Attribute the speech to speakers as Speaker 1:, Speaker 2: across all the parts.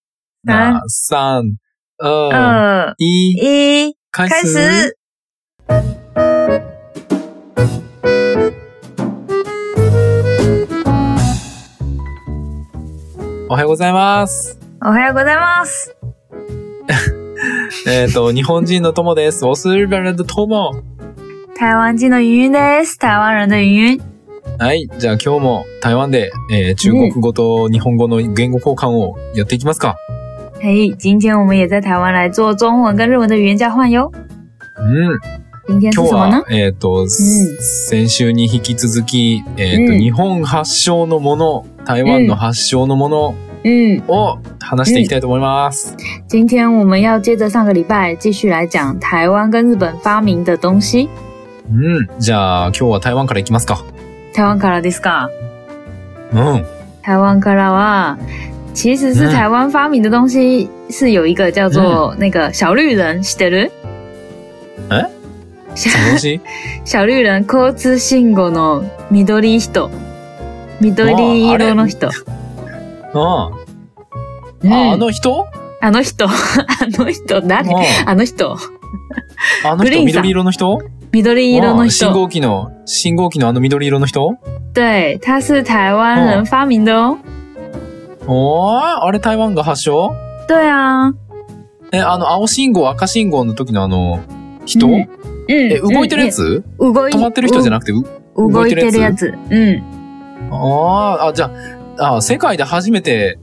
Speaker 1: 三
Speaker 2: 那三二
Speaker 1: 二
Speaker 2: 一，
Speaker 1: 嗯一，
Speaker 2: 嗯开
Speaker 1: 开
Speaker 2: 始。
Speaker 1: 始。
Speaker 2: おはようございます。
Speaker 1: おはようございます。
Speaker 2: えっ と、日本人の友です。我是日本人的友。
Speaker 1: 台湾人の云云です。台湾人的云云。
Speaker 2: はい。じゃあ今日も台湾で、えー中国語と日本語の言語交換をやっていきますか。
Speaker 1: 嘿，今天我们也在台湾来做中文跟日文的语言交换哟。
Speaker 2: うん。
Speaker 1: 今天是
Speaker 2: 今日
Speaker 1: 什么呢
Speaker 2: は？、えっ、と、先週に引き続き、えっ、と、
Speaker 1: うん
Speaker 2: 日本発祥のもの、台湾の発祥のもの
Speaker 1: 嗯，
Speaker 2: を話していきたいと思います。
Speaker 1: 今天我们要接着上个礼拜继续来讲台湾跟日本发明的东西。
Speaker 2: うん。じゃあ今日は台湾からいきますか。
Speaker 1: 台湾からですか？
Speaker 2: うん。
Speaker 1: 台湾からは，其实是
Speaker 2: 嗯
Speaker 1: 台湾发明的东西，是有一个叫做那个小绿人，知ってる？
Speaker 2: え？
Speaker 1: 小
Speaker 2: そのう ち
Speaker 1: 小绿人交通信号の緑い人。緑色の人。
Speaker 2: あ
Speaker 1: うん
Speaker 2: あ、あの人
Speaker 1: あの人。 あの人。誰
Speaker 2: う
Speaker 1: あの人。
Speaker 2: んあの
Speaker 1: グリー
Speaker 2: 人、
Speaker 1: ンさん
Speaker 2: 緑色の人
Speaker 1: 緑色
Speaker 2: う
Speaker 1: の
Speaker 2: ん信
Speaker 1: 人。
Speaker 2: 号機の、信号機のあの緑色の人
Speaker 1: 对、他是台湾人发明的哦。
Speaker 2: おー、あれ台湾が発祥
Speaker 1: 对啊。
Speaker 2: え、あの、青信号、赤信号の時のあの、人、
Speaker 1: うんうん。
Speaker 2: え、動いてるや
Speaker 1: うん
Speaker 2: つ
Speaker 1: え動い
Speaker 2: 止まってる人じゃなくて、う
Speaker 1: うん動
Speaker 2: 動
Speaker 1: い
Speaker 2: い
Speaker 1: て
Speaker 2: て
Speaker 1: る
Speaker 2: る
Speaker 1: や
Speaker 2: や
Speaker 1: つ。うん。
Speaker 2: あーあ、じゃあ、あ世界で初めて、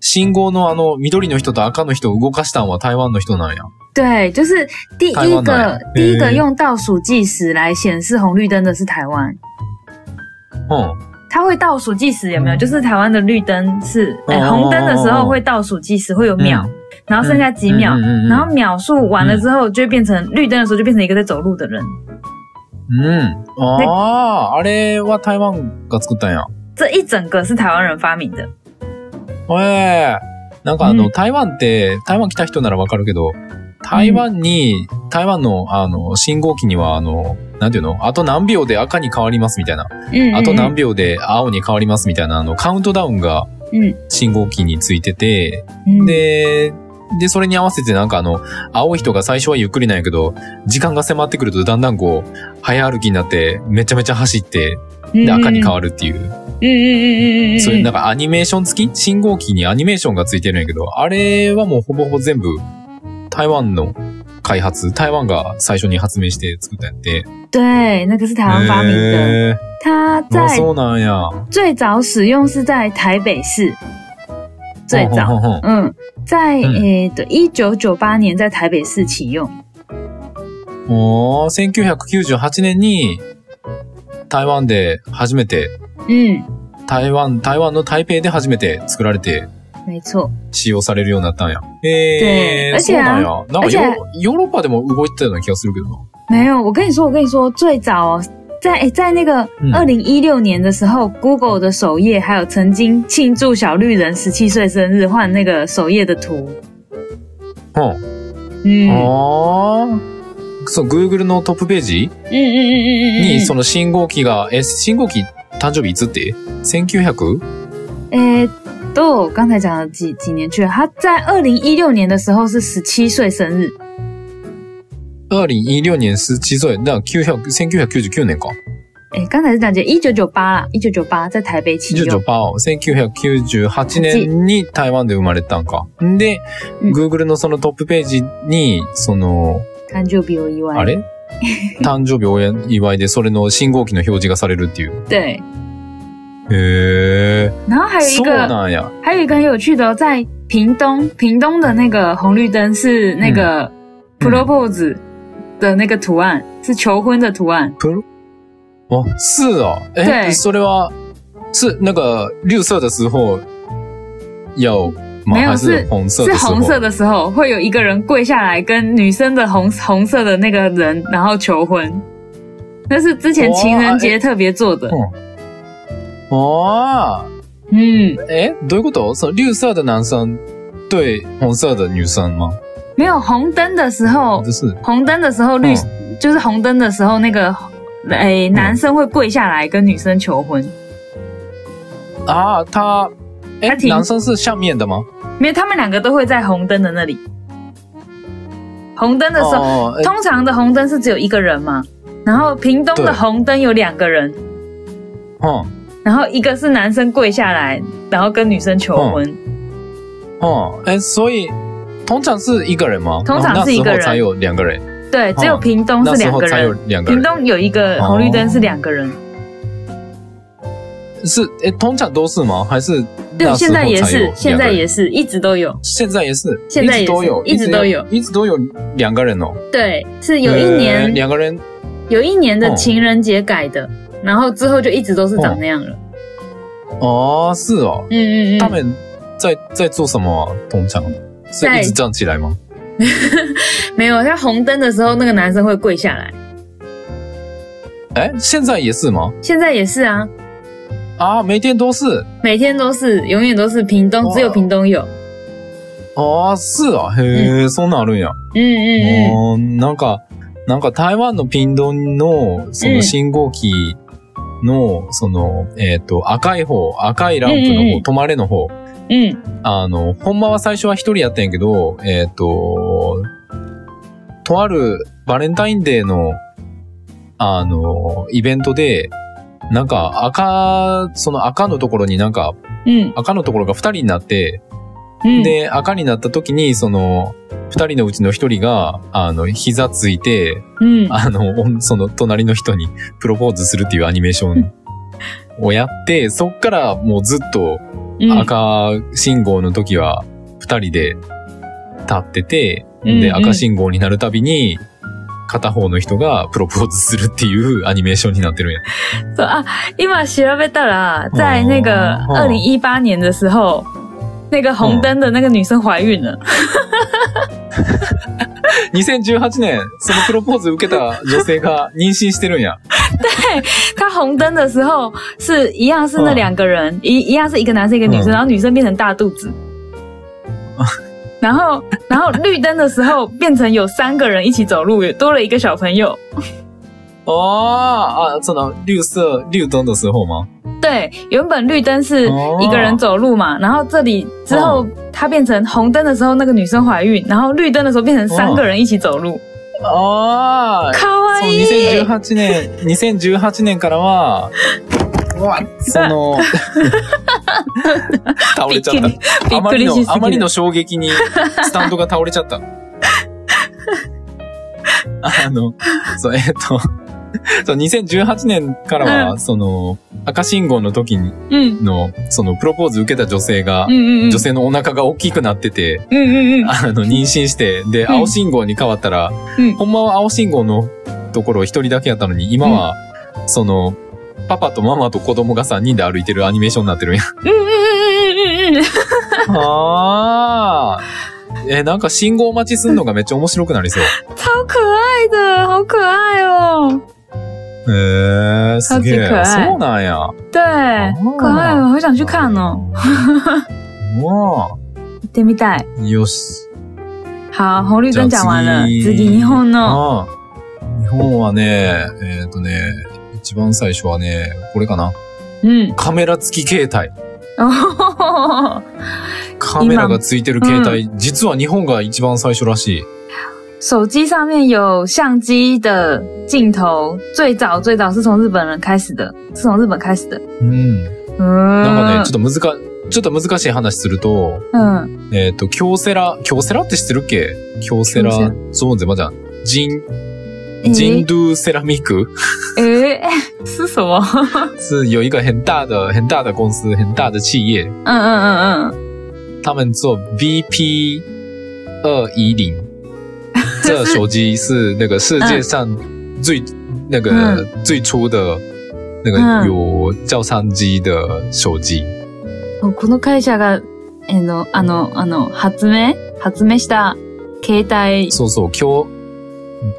Speaker 2: 信号のあの、緑の人と赤の人を動かしたんは台湾の人なんや。
Speaker 1: 对、就是第
Speaker 2: 台
Speaker 1: 一
Speaker 2: 湾的
Speaker 1: 个
Speaker 2: 呀，
Speaker 1: 第一个
Speaker 2: 嗯
Speaker 1: 用倒数计时来显示红绿灯的是台湾。
Speaker 2: うん。
Speaker 1: 它会倒数计时，有没有？
Speaker 2: 嗯
Speaker 1: 就是台湾的绿灯是、哎
Speaker 2: 哦
Speaker 1: 红灯的时候会倒数计时，会有秒，然后剩下几秒，
Speaker 2: 嗯嗯嗯嗯
Speaker 1: 然后秒数完了之后就会变成、绿灯的时候就变成一个在走路的人。
Speaker 2: うん。ああ、あれは台湾が作ったんや。
Speaker 1: 这一整个是台湾人发明的。
Speaker 2: ええなんかあの、
Speaker 1: うん
Speaker 2: 台湾って、台湾来た人ならわかるけど、台湾に、台湾のあの、信号機にはあの、なんていうのあと何秒で赤に変わりますみたいな。
Speaker 1: 嗯
Speaker 2: あと何秒で青に変わりますみたいな、あの、カウントダウンが
Speaker 1: うん
Speaker 2: 信号機についてて、
Speaker 1: 嗯
Speaker 2: で、で、それに合わせてなんかあの、青い人が最初はゆっくりなんやけど、時間が迫ってくるとだんだんこう、早歩きになって、めちゃめちゃ走って、で、赤に変わるっていう。
Speaker 1: 嗯嗯嗯嗯嗯嗯，
Speaker 2: そういうなんかアニメーション付き信号機にアニメーションが付いてるんやけど、あれはもうほぼほぼ全部台湾の開発、台湾が最初に発明して作ったんやって。
Speaker 1: 对，那个是台湾发明
Speaker 2: へ
Speaker 1: 的。它
Speaker 2: ーあ
Speaker 1: 在
Speaker 2: そうなんや。
Speaker 1: 最早使用是在台北市，最早，
Speaker 2: ほんほんほんほん
Speaker 1: 嗯，在
Speaker 2: 哦嗯
Speaker 1: 诶的一九九八年在台北市启用。
Speaker 2: おー1998年に台湾で初めて、
Speaker 1: 嗯，
Speaker 2: 台湾、台湾の台北で初めて作られて
Speaker 1: 没错。
Speaker 2: 使用されるようになったんや。
Speaker 1: で
Speaker 2: えー、
Speaker 1: 而
Speaker 2: そ
Speaker 1: 且
Speaker 2: う
Speaker 1: あ
Speaker 2: なんや。なんか
Speaker 1: 而且
Speaker 2: ヨーロヨーロッパでも動いてたような気がするけどな。
Speaker 1: 没有，我跟你说，我跟你说，最早哦在诶在那个
Speaker 2: 嗯
Speaker 1: 二零一六年的时候、g o o g l e 的首页还有曾经庆祝小绿人十七岁生日换那个首页的图，
Speaker 2: うん。
Speaker 1: 嗯
Speaker 2: 哦ああ。そう、Google のトップページ
Speaker 1: 嗯嗯嗯嗯
Speaker 2: に、その信号機が、え、信号機誕生日いつって ?1900?
Speaker 1: 诶，都刚才讲了几几年去了，他在二零一六年的时候是十七岁生日，
Speaker 2: 二零一六年十七岁、だから900 1999年か。
Speaker 1: 诶，刚才是讲解一九九八啦，一九九八在台北启
Speaker 2: ジョジ
Speaker 1: 用
Speaker 2: ョ。パオ、1998年に台湾で生まれたんか。んで、
Speaker 1: うん
Speaker 2: Google のそのトップページに、その、
Speaker 1: 看就比我意外。
Speaker 2: あれ誕生日お祝いでそれの信号機の表示がされるっていう。
Speaker 1: 对，
Speaker 2: へえ。
Speaker 1: 然后还有一
Speaker 2: そう
Speaker 1: 个
Speaker 2: なんや。
Speaker 1: 还有一个很有趣的、哦，在屏东，屏东的那个红绿灯是那个
Speaker 2: 嗯
Speaker 1: propose 的那个图案，是求婚的图案。
Speaker 2: あ、是哦。
Speaker 1: 对
Speaker 2: え、それは、是那个绿色的时候要吗？
Speaker 1: 没有
Speaker 2: 还
Speaker 1: 是
Speaker 2: 红色
Speaker 1: 是
Speaker 2: 的时候？
Speaker 1: 红色的时候，会有一个人跪下来跟女生的红红色的那个人，然后求婚。那是之前
Speaker 2: 哇
Speaker 1: 情人节特别做的。
Speaker 2: 哦，
Speaker 1: 嗯，
Speaker 2: 哎，どういうこと？是绿色的男生对红色的女生吗？
Speaker 1: 没有红灯的时候
Speaker 2: 就，是哦
Speaker 1: 红灯的时候绿、就是红灯的时候，那个
Speaker 2: 嗯
Speaker 1: 哎诶、男生会跪下来跟女生求婚。
Speaker 2: 啊，他。
Speaker 1: 他
Speaker 2: 哎，
Speaker 1: 停
Speaker 2: 男生是下面的吗？
Speaker 1: 没有，他们两个都会在红灯的那里。红灯的时候，
Speaker 2: 哦，哎
Speaker 1: 通常的红灯是只有一个人嘛，然后屏东
Speaker 2: 对
Speaker 1: 的红灯有两个人，
Speaker 2: 嗯
Speaker 1: 然后一个是男生跪下来，然后跟女生求婚，
Speaker 2: 哦嗯，哎，所以通常是一个人吗？
Speaker 1: 通常
Speaker 2: 哦
Speaker 1: 是一个人
Speaker 2: 那时候才有两个人，
Speaker 1: 对，只有屏东
Speaker 2: 那
Speaker 1: 是
Speaker 2: 时
Speaker 1: 两
Speaker 2: 候
Speaker 1: 个
Speaker 2: 才有
Speaker 1: 人，
Speaker 2: 两个
Speaker 1: 屏
Speaker 2: 人。
Speaker 1: 东有一个红绿灯是两个人，
Speaker 2: 是哎，通常都是吗？还是
Speaker 1: 对，现在也是，现在也
Speaker 2: 是，
Speaker 1: 是，一直都有，
Speaker 2: 现在也是，
Speaker 1: 现在也
Speaker 2: 一
Speaker 1: 是
Speaker 2: 直都有，
Speaker 1: 一直都有
Speaker 2: 一直都有两个人哦。
Speaker 1: 对，是有一
Speaker 2: 呃
Speaker 1: 年
Speaker 2: 两个人
Speaker 1: 有一年的
Speaker 2: 哦
Speaker 1: 情人节改的，然后之后就一直都是长那样了，
Speaker 2: 哦，是哦，
Speaker 1: 嗯嗯
Speaker 2: 他
Speaker 1: 嗯，
Speaker 2: 们在在做什么啊？通常是
Speaker 1: 在
Speaker 2: 一直站起来吗？
Speaker 1: 没有，他红灯的时候那个男生会跪下来，
Speaker 2: 哎，现在也是吗？
Speaker 1: 现在也是啊，
Speaker 2: 啊，每天都是
Speaker 1: 每天都是，永远都是屏东，
Speaker 2: 哇
Speaker 1: 只有屏东有，
Speaker 2: あーすあへえ、そうなるんや。
Speaker 1: 嗯
Speaker 2: あ
Speaker 1: 嗯
Speaker 2: ーなんか、なんか台湾のピンドンの、そうの
Speaker 1: ん
Speaker 2: 信号機の、その、えっ、と、赤い方、赤いランプ
Speaker 1: うんう
Speaker 2: の
Speaker 1: んう
Speaker 2: 方、
Speaker 1: ん
Speaker 2: 止まれの方。
Speaker 1: うんうん，
Speaker 2: あの、ほんまは最初は一人やったんやけど、えっ、と、とあるバレンタインデーの、あの、イベントで、なんか赤、その赤のところになんか、
Speaker 1: うん
Speaker 2: 赤のところが二人になって、
Speaker 1: うん、
Speaker 2: で、赤になった時に、その、二人のうちの一人が、あの、膝ついて、
Speaker 1: うん
Speaker 2: あの、おんその隣の人に プロポーズするっていうアニメーションをやって、そっからもうずっと啊
Speaker 1: うん
Speaker 2: 赤信号の時は二人で立ってて、
Speaker 1: うんう
Speaker 2: で、
Speaker 1: ん
Speaker 2: 赤信号になるたびに、片方の人がプロポーズするっていうアニメーションになってるんや。
Speaker 1: そうあ今調べたら，在那个
Speaker 2: 哦
Speaker 1: 二零一八年的时候，那个红灯的那个女生怀孕了。
Speaker 2: 嗯2018年、そのプロポーズ受けた女性が妊娠してるん や。
Speaker 1: 她红灯的时候是一样是那两个人，一一样是一个男生一个女生，
Speaker 2: 嗯
Speaker 1: 然后女生变成大肚子。然后， 然后绿灯的时候变成有三个人一起走路，也多了一个小朋友。
Speaker 2: 哦，啊，その绿色绿灯的时候吗？
Speaker 1: 对，原本绿灯是
Speaker 2: 哦
Speaker 1: 一个人走路嘛，然后这里之后
Speaker 2: 哦
Speaker 1: 她变成红灯的时候那个女生怀孕，然后绿灯的时候变成三个人一起走路。
Speaker 2: 哦，
Speaker 1: 可
Speaker 2: そ
Speaker 1: 愛
Speaker 2: の
Speaker 1: い。
Speaker 2: 2018年2018年からは、うわその倒れちゃ
Speaker 1: びっ
Speaker 2: っ
Speaker 1: く
Speaker 2: た。あまり
Speaker 1: びっく
Speaker 2: の
Speaker 1: りしすぎる
Speaker 2: あまりの衝撃 にスタンドが倒れちゃった。あの、そうえっと、そう2018年からは、その赤信号の時に
Speaker 1: 嗯
Speaker 2: のそのプロポーズ受けた女性が
Speaker 1: 嗯、嗯嗯，
Speaker 2: 女性のお腹が大きくなってて。
Speaker 1: 嗯嗯嗯
Speaker 2: あの、妊娠して、で、
Speaker 1: ん
Speaker 2: 青信号に変わったら、
Speaker 1: うん
Speaker 2: ほんまは青信号のところを一人だけやったのに、今は、その、パパとママと子供が3人で歩いてるアニメーションになってるんや。
Speaker 1: 嗯嗯嗯嗯嗯嗯，
Speaker 2: ああ。え、なんか信号待ちすんのがめっちゃ面白くなりそう。
Speaker 1: 超可爱的，好可爱哦！
Speaker 2: へえ、すげえ。
Speaker 1: 恥ずかしい
Speaker 2: そうなんや。
Speaker 1: 对，可爱哦，好想去看哦。
Speaker 2: わ
Speaker 1: 行ってみたい。
Speaker 2: あ。よし。
Speaker 1: 好，红绿灯讲完了，
Speaker 2: じゃあ
Speaker 1: 次
Speaker 2: 次
Speaker 1: 日本
Speaker 2: ああ
Speaker 1: の
Speaker 2: 日本はね、えっ、とね、一番最初はね、これかな。
Speaker 1: 嗯
Speaker 2: カメラ付き携帯。
Speaker 1: 哦，
Speaker 2: カメラがついてる携帯、実は日本が一番最初らしい。
Speaker 1: 手机上面有相机的镜头，最早最早是从日本人开始的，是从日本开始的。
Speaker 2: うん。なんか
Speaker 1: 嗯
Speaker 2: ね、ちょっと難か、ちょっと難しい話すると、
Speaker 1: 嗯
Speaker 2: えっ、と、京セラ、京セラって知ってるっけ京セラ
Speaker 1: 京セラ、
Speaker 2: そうぜ、まじゃん。ジン、ジン
Speaker 1: 诶
Speaker 2: ドゥセラミク
Speaker 1: 诶，是什么？
Speaker 2: 是有一个很大的、很大的公司、很大的企业。
Speaker 1: 嗯嗯嗯嗯，
Speaker 2: 他们做 VP 二一零， 这手机是那个世界上最、那个最初的那个
Speaker 1: 嗯
Speaker 2: 有照相机的手机。
Speaker 1: もうこの会社が、えーの、あの、あの、発明発明した携帯。
Speaker 2: そうそう、今日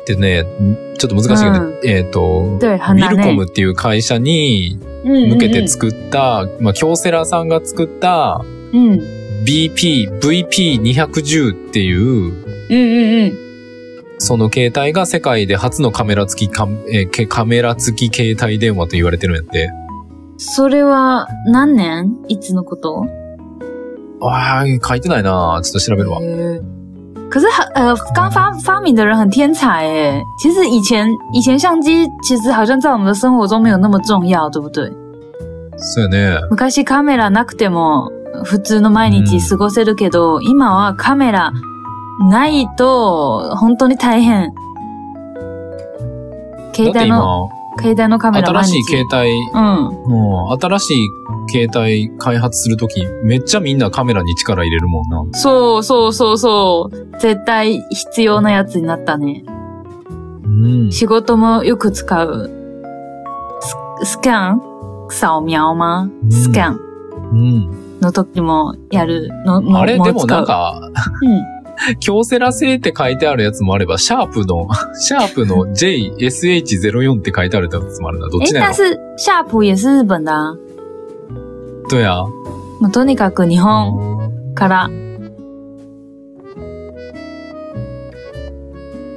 Speaker 2: でね、んちょっと難しいけど、
Speaker 1: うん
Speaker 2: えっ、と、
Speaker 1: 对，很
Speaker 2: ミ
Speaker 1: 难
Speaker 2: ルコ
Speaker 1: 诶、
Speaker 2: ムっていう会社に
Speaker 1: 嗯
Speaker 2: 向けて作った、まあ、京セラさんが作った
Speaker 1: 嗯
Speaker 2: BP、VP210 っていう
Speaker 1: 嗯嗯嗯
Speaker 2: その携帯が世界で初のカメラ付きカ,、えーけカメラ付き携帯電話と言われてるんやって。
Speaker 1: うん。それは何年いつのこと
Speaker 2: ああ、書いてないなちょっと調べるわ。
Speaker 1: 欸可是很呃，刚发发明的人很天才诶。其实以前以前相机其实好像在我们的生活中没有那么重要，对不对？
Speaker 2: そうやね。
Speaker 1: 昔カメラなくても普通の毎日過ごせるけど、今はカメラないと本当に大変。
Speaker 2: だっ
Speaker 1: 携
Speaker 2: て
Speaker 1: 帯の
Speaker 2: 今、
Speaker 1: 携帯のカメラ
Speaker 2: 新
Speaker 1: 毎
Speaker 2: し
Speaker 1: 日。
Speaker 2: い携帯、
Speaker 1: うん。
Speaker 2: もう、新しい携帯開発するとき、めっちゃみんなカメラに力入れるもんな。
Speaker 1: そうそうそうそう。絶対必要なやつになったね。
Speaker 2: うん。
Speaker 1: 仕事もよく使う。ススキャン扫描吗
Speaker 2: うん
Speaker 1: スキャン
Speaker 2: うん。
Speaker 1: の時もやるのの
Speaker 2: あれ
Speaker 1: も
Speaker 2: で
Speaker 1: う
Speaker 2: も
Speaker 1: 使
Speaker 2: な
Speaker 1: うん
Speaker 2: か、
Speaker 1: うん。
Speaker 2: 京セラ製って書いてあるやつもあれば、シャープの、 シャープの JSH04 って書いてあるやつもあるな。どっ
Speaker 1: 诶
Speaker 2: ちな
Speaker 1: 但
Speaker 2: の
Speaker 1: 是夏普也是日本的啊。
Speaker 2: どうや。
Speaker 1: もうとにかく日本から。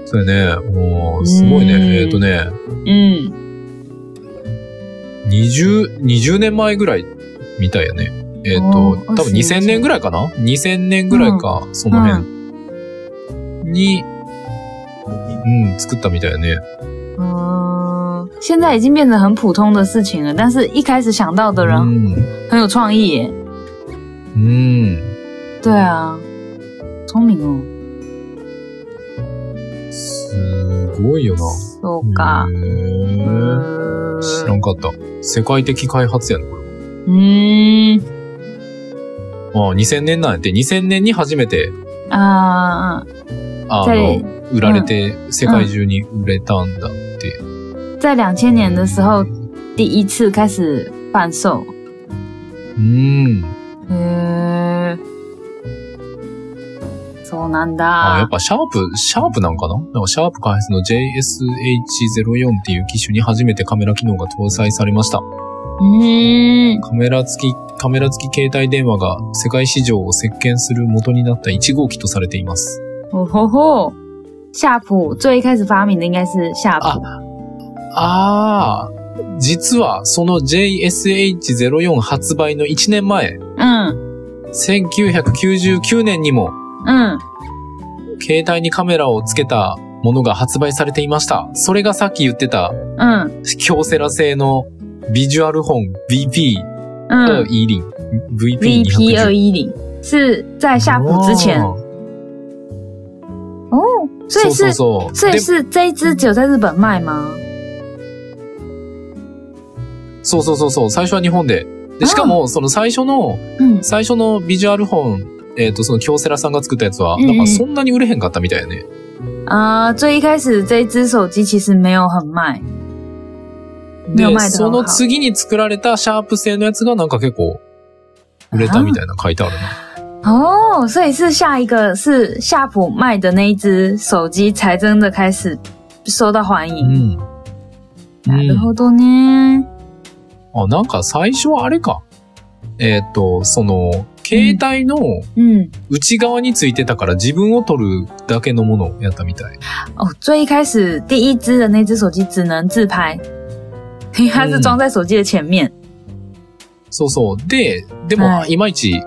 Speaker 2: そうやね。もう、すごいね。
Speaker 1: うん
Speaker 2: えっ、とね、
Speaker 1: うん。
Speaker 2: 20、20年前ぐらいみたいやね。えっ、
Speaker 1: お
Speaker 2: と
Speaker 1: ー、
Speaker 2: 多分2000年ぐらいかな ?2000 年ぐらいか、その辺に、うん、作ったみたいやね。
Speaker 1: 嗯，现在已经变成很普通的事情了，但是一开始想到的
Speaker 2: う
Speaker 1: 人
Speaker 2: ん。
Speaker 1: 很有创意耶。
Speaker 2: うん。
Speaker 1: 对啊，聪明哦。
Speaker 2: すごいよな。
Speaker 1: そうか。
Speaker 2: へ
Speaker 1: う
Speaker 2: ー
Speaker 1: ーん
Speaker 2: 知らんかった。世界的開発やね。
Speaker 1: うーん。
Speaker 2: ああ、2000年なんやって、2000年に初めて、
Speaker 1: あ
Speaker 2: あ
Speaker 1: じゃ
Speaker 2: の、売られて、世界中に売れたんだ。
Speaker 1: あ、在两千年的时候，第一次开始贩售。
Speaker 2: うん。
Speaker 1: へえ。そうなん
Speaker 2: ああ、や
Speaker 1: だ
Speaker 2: っ。ぱシャープ、シャープなんかななんかシャープ開発の JSH04 っていう機種に初めてカメラ機能が搭載されました。
Speaker 1: うーん。
Speaker 2: カメラ付き、カメラ付き携帯電話が世界市場を席巻する元になった1号機とされています。
Speaker 1: 哦吼吼，夏普最一开始发明的应该是夏
Speaker 2: 啊
Speaker 1: 普。
Speaker 2: ああ、実はその JSH04 発売の1年前、
Speaker 1: 嗯
Speaker 2: 1999年にも
Speaker 1: 嗯，
Speaker 2: 携帯にカメラをつけたものが発売されていました。それがさっき言ってた
Speaker 1: 嗯
Speaker 2: 京セラ製のビジュアル本 VP 二
Speaker 1: 嗯
Speaker 2: 一零 VP 二
Speaker 1: ，VP 二一零是在夏普之前哦，所以
Speaker 2: そうそうそ
Speaker 1: 是所
Speaker 2: う。
Speaker 1: 以
Speaker 2: です
Speaker 1: 这一支只有在日本卖吗？
Speaker 2: そうそうそうそう。最初は日本で。でしかもその最初の
Speaker 1: 嗯
Speaker 2: 最初のビジュアル本えっ、とその京セラさんが作ったやつは
Speaker 1: うんう
Speaker 2: なんんかそんなに売れへんかったみたいやね。
Speaker 1: 啊、最一开始这一支手机其实没有很卖，没有
Speaker 2: で
Speaker 1: 卖的
Speaker 2: その
Speaker 1: 很好。
Speaker 2: 次に作られたシャープ製のやつがなんか結構売れたみたいな書いてあるな。
Speaker 1: 哦，所以是下一个是夏普卖的那一只手机才真的开始受到欢
Speaker 2: う
Speaker 1: 迎。
Speaker 2: ん。う
Speaker 1: なる
Speaker 2: ん
Speaker 1: ほどね。
Speaker 2: あ、なんか最初はあれか。えっ、と、その、携帯の
Speaker 1: 嗯，
Speaker 2: 内側についてたから自分を撮るだけのものをやったみたい。
Speaker 1: 哦，最一开始第一只的那只手机只能自拍，因为它是装在手机的前面。
Speaker 2: そうそう。で、でも、
Speaker 1: はい
Speaker 2: い、まいち、い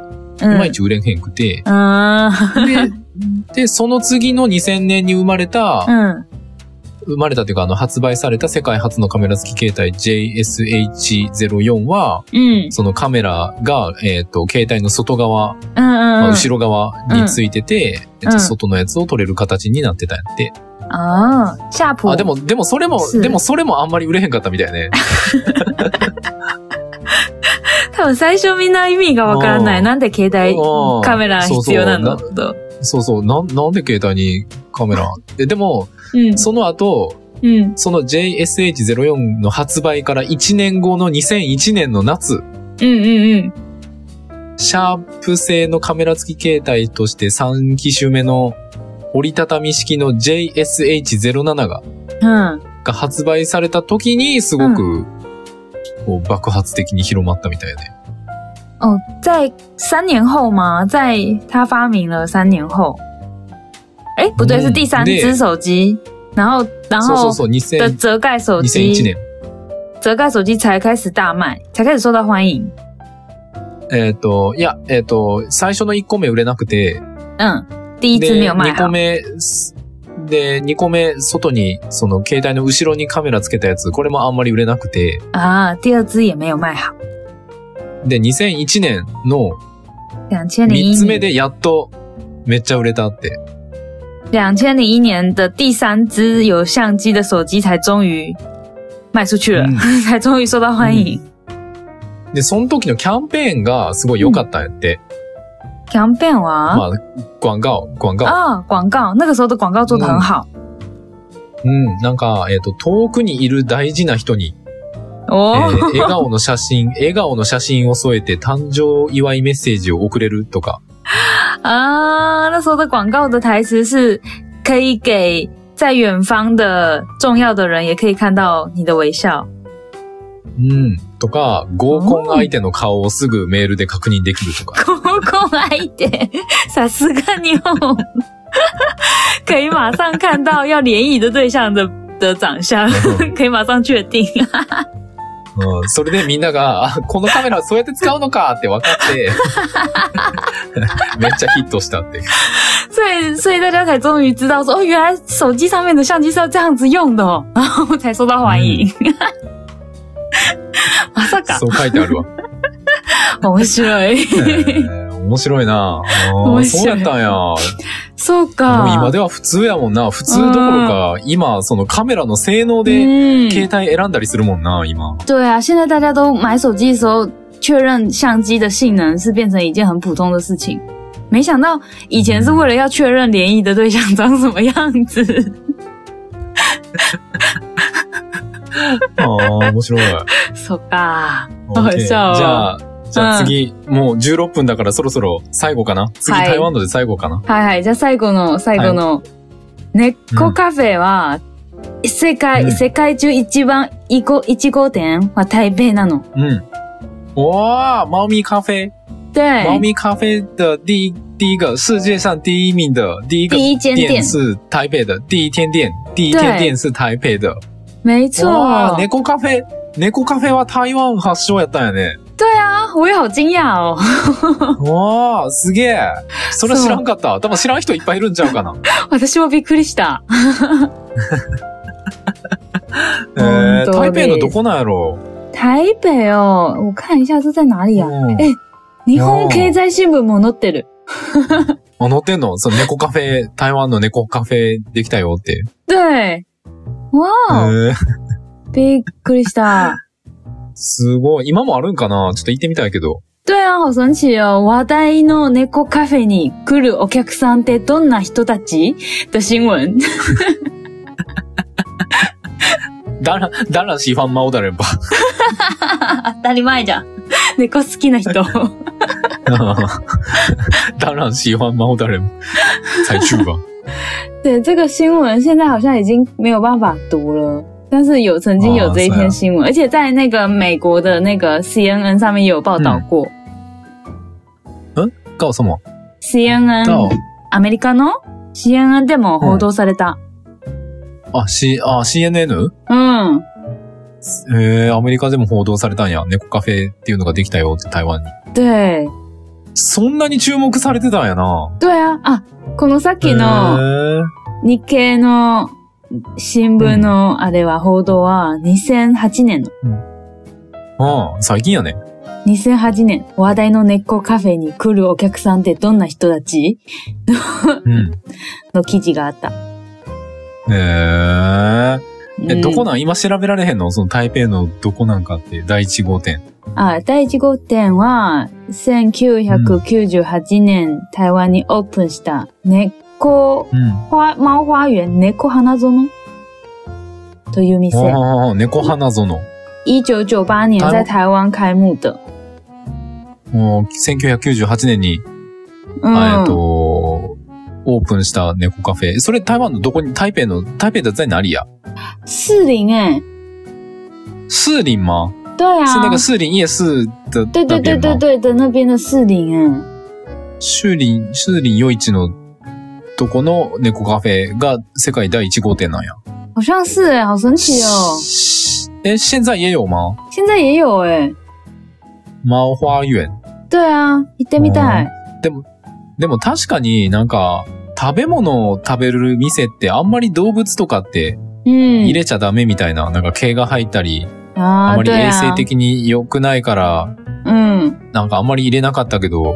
Speaker 2: まい
Speaker 1: 嗯
Speaker 2: ち売れへんくて、
Speaker 1: 嗯
Speaker 2: で、その次の2000年に生まれた、
Speaker 1: 嗯
Speaker 2: 生まれたというか、あの、発売された世界初のカメラ付き携帯 JSH04 は、
Speaker 1: 嗯
Speaker 2: そのカメラが、えっ、と、携帯の外側、
Speaker 1: 嗯嗯
Speaker 2: まあ
Speaker 1: 嗯
Speaker 2: 後ろ側についてて、
Speaker 1: うん
Speaker 2: えっと
Speaker 1: うん
Speaker 2: 外のやつを撮れる形になってたんやって。
Speaker 1: 哦，夏普
Speaker 2: あ、でも、でもそれも、
Speaker 1: そう
Speaker 2: でもそれもあんまり売れへんかったみた いね。
Speaker 1: 多分最初みんな意味がわからない。
Speaker 2: うん
Speaker 1: なんで携帯
Speaker 2: うん
Speaker 1: カメラ必要なの
Speaker 2: そ
Speaker 1: と。
Speaker 2: そうそう、なん、なんで携帯にカメラででも、
Speaker 1: うん。
Speaker 2: その後、
Speaker 1: うん。
Speaker 2: その JSH04 の発売から1年後の2001年の夏、
Speaker 1: うんうん
Speaker 2: シャープ製のカメラ付き携帯として3機種目の折りたたみ式の JSH07 が
Speaker 1: うん。うん。
Speaker 2: が発売された時にすごく、こう爆発的に広まったみたいね。
Speaker 1: 哦，在三年后吗？在他发明了三年后，哎，不对，
Speaker 2: 嗯
Speaker 1: 是第三只
Speaker 2: 对
Speaker 1: 手机。然后，然
Speaker 2: そうそ
Speaker 1: 后
Speaker 2: うそう、
Speaker 1: 的
Speaker 2: 2000
Speaker 1: 折盖手
Speaker 2: 2001
Speaker 1: 机
Speaker 2: 年。
Speaker 1: 折盖手机才开始大卖，才开始受到欢迎。
Speaker 2: えっ、と、いや、えっ、と、最初の1個目売れなくて、
Speaker 1: 嗯，第一次没有卖
Speaker 2: で、2
Speaker 1: 好
Speaker 2: 個，目、すで、2個目、外に、その、携帯の後ろにカメラつけたやつ、これもあんまり売れなくて、
Speaker 1: 啊，第二支也没有卖好。
Speaker 2: で、2001年の
Speaker 1: 两千零
Speaker 2: 3
Speaker 1: 一
Speaker 2: つ目
Speaker 1: 年，
Speaker 2: でやっと、めっちゃ売れたって。
Speaker 1: 两千零一年的第三支有相机的手机才终于卖出去了，
Speaker 2: 嗯
Speaker 1: 才终于受到欢迎。
Speaker 2: で、その時のキャンペーンがすごい良かったんやって。
Speaker 1: campaign 啊，
Speaker 2: まあ、广告、广告。
Speaker 1: 啊，广告那个时候的广告做得很好、
Speaker 2: うん、なんか、えっ、と、遠くにいる大事な人に、えー
Speaker 1: 哦。
Speaker 2: 笑顔の写真、笑顔の写真を添えて誕生祝いメッセージを送れるとか。
Speaker 1: 啊，那时候的广告的台词是可以给在远方的重要的人也可以看到你的微笑。
Speaker 2: うん。とか、合コン相手の顔をすぐメールで確認できるとか。
Speaker 1: 空空爱一点，傻斯看你哦， 可以马上看到要联谊的对象的的长相，可以马上确定。
Speaker 2: うん。それでみんなが、あ、このカメラそうやって使うのかって分かって、 めっちゃヒットしたって。
Speaker 1: 所以，所以大家才终于知道说，哦，原来手机上面的相机是要这样子用的哦，然后才受到欢迎。 まさ か
Speaker 2: そう書いてあるわ。
Speaker 1: 面白い。
Speaker 2: えー面白いなあー
Speaker 1: 面白い
Speaker 2: そうやったんや。もう
Speaker 1: そうか。
Speaker 2: 今では普通やもんな。普通どころか、今、そのカメラの性能で携
Speaker 1: 嗯，
Speaker 2: 帯選んだりするもんな、今。
Speaker 1: 对啊，现在大家都买手机的时候，确认相机的性能是变成一件很普通的事情。没想到以前是为了要确认联谊的对象长什么样子，
Speaker 2: ああ、面白い。
Speaker 1: そっか。
Speaker 2: オッケーじ
Speaker 1: そう
Speaker 2: ゃあ、じゃあ
Speaker 1: うん
Speaker 2: 次、もう16分だからそろそろ最後かな。次、
Speaker 1: はい
Speaker 2: 台湾ので最後かな。
Speaker 1: はいはい、じゃあ最後の最後の猫カフェは、世界、
Speaker 2: うん
Speaker 1: 世界中一番いこ1号店は台北なの。
Speaker 2: うん。哇，猫咪咖啡，
Speaker 1: 对，
Speaker 2: 猫咪咖啡的第一第一个世界上第一名的第一个
Speaker 1: 第一间
Speaker 2: 店
Speaker 1: 店，
Speaker 2: 是台北的，第一天店，第一天
Speaker 1: 对
Speaker 2: 店是台北的。
Speaker 1: 没错
Speaker 2: 哇，。猫咖啡，猫咖啡は台湾発祥やったんや ね。
Speaker 1: 对啊，我也好惊讶哦。
Speaker 2: わあ、すげえ。それ知らんかった。多分知らん人いっぱいいるんちゃうか な。
Speaker 1: 私もびっくりした。
Speaker 2: えー、
Speaker 1: 本当
Speaker 2: 台
Speaker 1: です
Speaker 2: 北のどこなんやろ
Speaker 1: 台北哦，我看一下这在哪里啊？
Speaker 2: うん
Speaker 1: え日本経済新聞も載ってる。
Speaker 2: あ、載ってんのその猫カフェ、台湾の猫カフェできたよって。
Speaker 1: 对，わあ、
Speaker 2: へえ
Speaker 1: びっくりした。
Speaker 2: すごい。今もあるんかなちょっと行ってみたいけど。
Speaker 1: 对啊，好神奇哦！話題の猫カフェに来るお客さんってどんな人たち的新闻。
Speaker 2: だら、だらしファンマオだ れば。
Speaker 1: 当たり前じゃん。猫好きな人。
Speaker 2: だらしファンマオだれば。才去吧。
Speaker 1: 对，这个新闻现在好像已经没有办法读了，但是有曾经有这一
Speaker 2: 哇塞
Speaker 1: 篇新闻，而且在那个美国的那个 CNN 上面也有报道过。
Speaker 2: ガオ様。
Speaker 1: CNN
Speaker 2: ガオ。
Speaker 1: アメリカの CNN でも報道された。
Speaker 2: あ、C、あ、CNN?
Speaker 1: うん。
Speaker 2: えー、アメリカでも報道されたんや。猫カフェっていうのができたよって台湾に。
Speaker 1: 对。
Speaker 2: そんなに注目されてたんやな。
Speaker 1: 对啊。あ、このさっきの
Speaker 2: へー
Speaker 1: 日経の新聞のあれは報道は2008年の。
Speaker 2: うん、最近やね。
Speaker 1: 2008年、話題の根っこカフェに来るお客さんってどんな人たち
Speaker 2: うん。
Speaker 1: の記事があった。
Speaker 2: へー。え、
Speaker 1: うん
Speaker 2: どこなん今調べられへんのその台北のどこなんかっていう第1号店。
Speaker 1: あ、第1号店は、1998年、台湾にオープンした、根っこ
Speaker 2: うん。
Speaker 1: 花、猫花園、猫花園という店。
Speaker 2: ああ、猫花園。
Speaker 1: 1998年在台湾开幕的。
Speaker 2: もう1998年に、
Speaker 1: うん。
Speaker 2: あえっと、オープンした猫カフェ。それ台湾のどこに、台北の、台北的在哪里や
Speaker 1: 四零哎，
Speaker 2: 士林吗
Speaker 1: 对啊，
Speaker 2: 是那个士林夜市的
Speaker 1: 对对
Speaker 2: 那
Speaker 1: 对
Speaker 2: 边
Speaker 1: 对
Speaker 2: 吗？
Speaker 1: 对的那边的四零哎，
Speaker 2: 士林、士林夜市のとこの猫カフェが世界第1号店なんや。
Speaker 1: 好像是哎，好神奇哦！
Speaker 2: え、現在也有吗
Speaker 1: 现在也有哎，
Speaker 2: 猫花園。
Speaker 1: 对啊、行ってみたい。
Speaker 2: 哦でも確かになんか、食べ物を食べる店ってあんまり動物とかって
Speaker 1: うん。
Speaker 2: 入れちゃダメみたいな、なんか毛が入ったり、
Speaker 1: あ
Speaker 2: あ
Speaker 1: ー
Speaker 2: まり
Speaker 1: 对
Speaker 2: 衛
Speaker 1: 嗯啊嗯
Speaker 2: 生的に良くないから、
Speaker 1: うん。
Speaker 2: なんかあんまり入れなかったけど、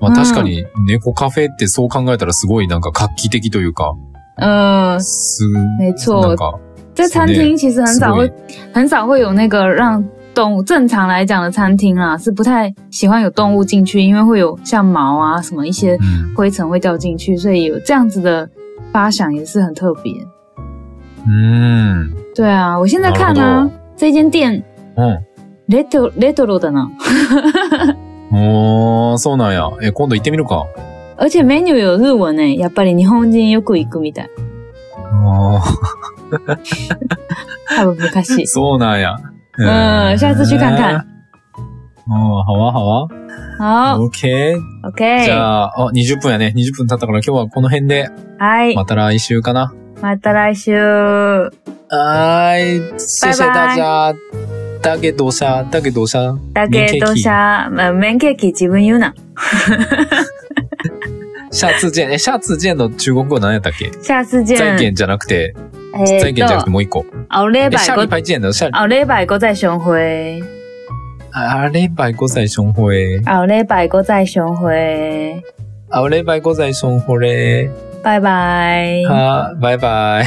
Speaker 2: まあ
Speaker 1: うん
Speaker 2: 確かに猫カフェってそう考えたらすごいなんか画期的というか、
Speaker 1: 嗯，
Speaker 2: す、
Speaker 1: 没
Speaker 2: な
Speaker 1: 错
Speaker 2: ん，か、
Speaker 1: 这餐厅其实很少会
Speaker 2: 是
Speaker 1: 很少会有那个让动物正常来讲的餐厅啦，是不太喜欢有动物进去，因为会有像毛啊什么一些
Speaker 2: うん。
Speaker 1: 灰尘会掉进去，所以有这样子的发想也是很特别。
Speaker 2: うん。
Speaker 1: 对啊，我现在看
Speaker 2: なる
Speaker 1: 啊
Speaker 2: ほ，
Speaker 1: 这间店
Speaker 2: うん。
Speaker 1: retro retro 的呢，
Speaker 2: おー、そうなんや。え、今度行ってみるか。
Speaker 1: 而且 menu 有日文诶，やっぱり日本人よく行くみたい。
Speaker 2: あ
Speaker 1: 多分難し
Speaker 2: ー
Speaker 1: い。
Speaker 2: そうなんや。
Speaker 1: うん下次去看看。
Speaker 2: うん、はわはわ。
Speaker 1: 好
Speaker 2: OK。じ
Speaker 1: ，OK，
Speaker 2: ゃあ、あ、20分やね。20分経ったから今日はこの辺で、
Speaker 1: 嗨，
Speaker 2: また来週かな。
Speaker 1: また来週。
Speaker 2: はーい。谢谢大家。だけどさ、だけどさ。
Speaker 1: 大家都下，呃 m a n c a k e 自分言うな。
Speaker 2: 下次见。え、下次见の中国語何やったっけ
Speaker 1: 下次见。
Speaker 2: 再見じゃなくて、
Speaker 1: え
Speaker 2: 再
Speaker 1: っ
Speaker 2: 見じゃなくて
Speaker 1: と、
Speaker 2: もう一個。
Speaker 1: 奥礼
Speaker 2: え、下
Speaker 1: 拜
Speaker 2: 礼
Speaker 1: 五，
Speaker 2: 拜见の、下礼
Speaker 1: 奥礼拜五再相会，
Speaker 2: あ礼拜五再相会。
Speaker 1: 奥礼拜五再相会，
Speaker 2: あ礼拜五再相会。
Speaker 1: 拜拜。
Speaker 2: はー、バイバイ。